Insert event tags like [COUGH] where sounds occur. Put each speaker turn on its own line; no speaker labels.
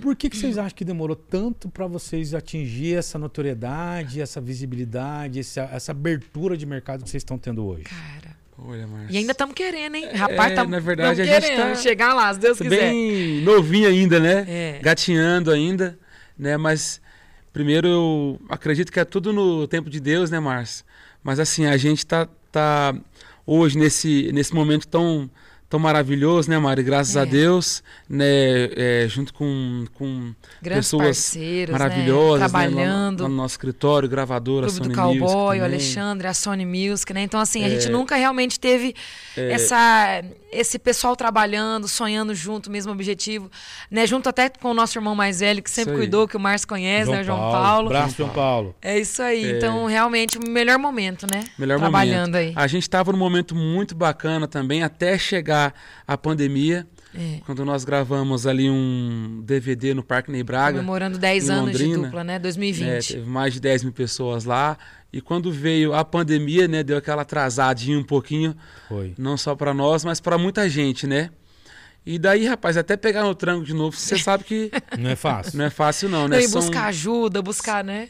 Por que, que vocês acham que demorou tanto para vocês atingir essa notoriedade, essa visibilidade, essa, essa abertura de mercado que vocês estão tendo hoje?
Cara.
Olha, Márcio.
E ainda tá- estamos querendo, hein? Rapaz,
É,
estamos
na verdade, a gente
querendo
tá-
chegar lá, se Deus
Tô
quiser.
bem novinho ainda, né?
É.
Gatinhando ainda, né? Mas primeiro eu acredito que é tudo no tempo de Deus, né, Márcio? Mas assim, a gente tá, tá hoje nesse, nesse momento tão, tão maravilhoso, né, Mari? Graças
É.
a Deus, né? É, junto com, com
Grandes
pessoas
parceiros, né?
maravilhosas, né? Lá no-
Trabalhando.
lá no nosso escritório, gravadora,
Clube do
Sony Music
Cowboy, o
também.
Alexandre, a Sony Music, né? Então, assim, a gente
É.
nunca realmente teve essa, esse pessoal trabalhando, sonhando junto, mesmo objetivo, né? Junto até com o nosso irmão mais velho, que sempre
Isso aí.
cuidou, que o Márcio conhece, né? O João Paulo.
Braço, João Paulo.
É isso aí. Então, realmente, o melhor momento, né?
Melhor
Trabalhando
momento.
aí.
A gente estava num momento muito bacana também, até chegar a pandemia.
É.
Quando nós gravamos ali um DVD no Parque Ney Braga.
Comemorando 10
em
anos de
Londrina,
dupla, né?
né,
2020.
teve mais de 10 mil pessoas lá. E quando veio a pandemia, né? Deu aquela atrasadinha um pouquinho,
Foi.
não só para nós, mas para muita gente, né? E daí, rapaz,
[LAUGHS]
até pegar no tranco de novo, você sabe que
Não é fácil.
não é fácil não, né?
Não, e
São-
buscar ajuda, buscar, né?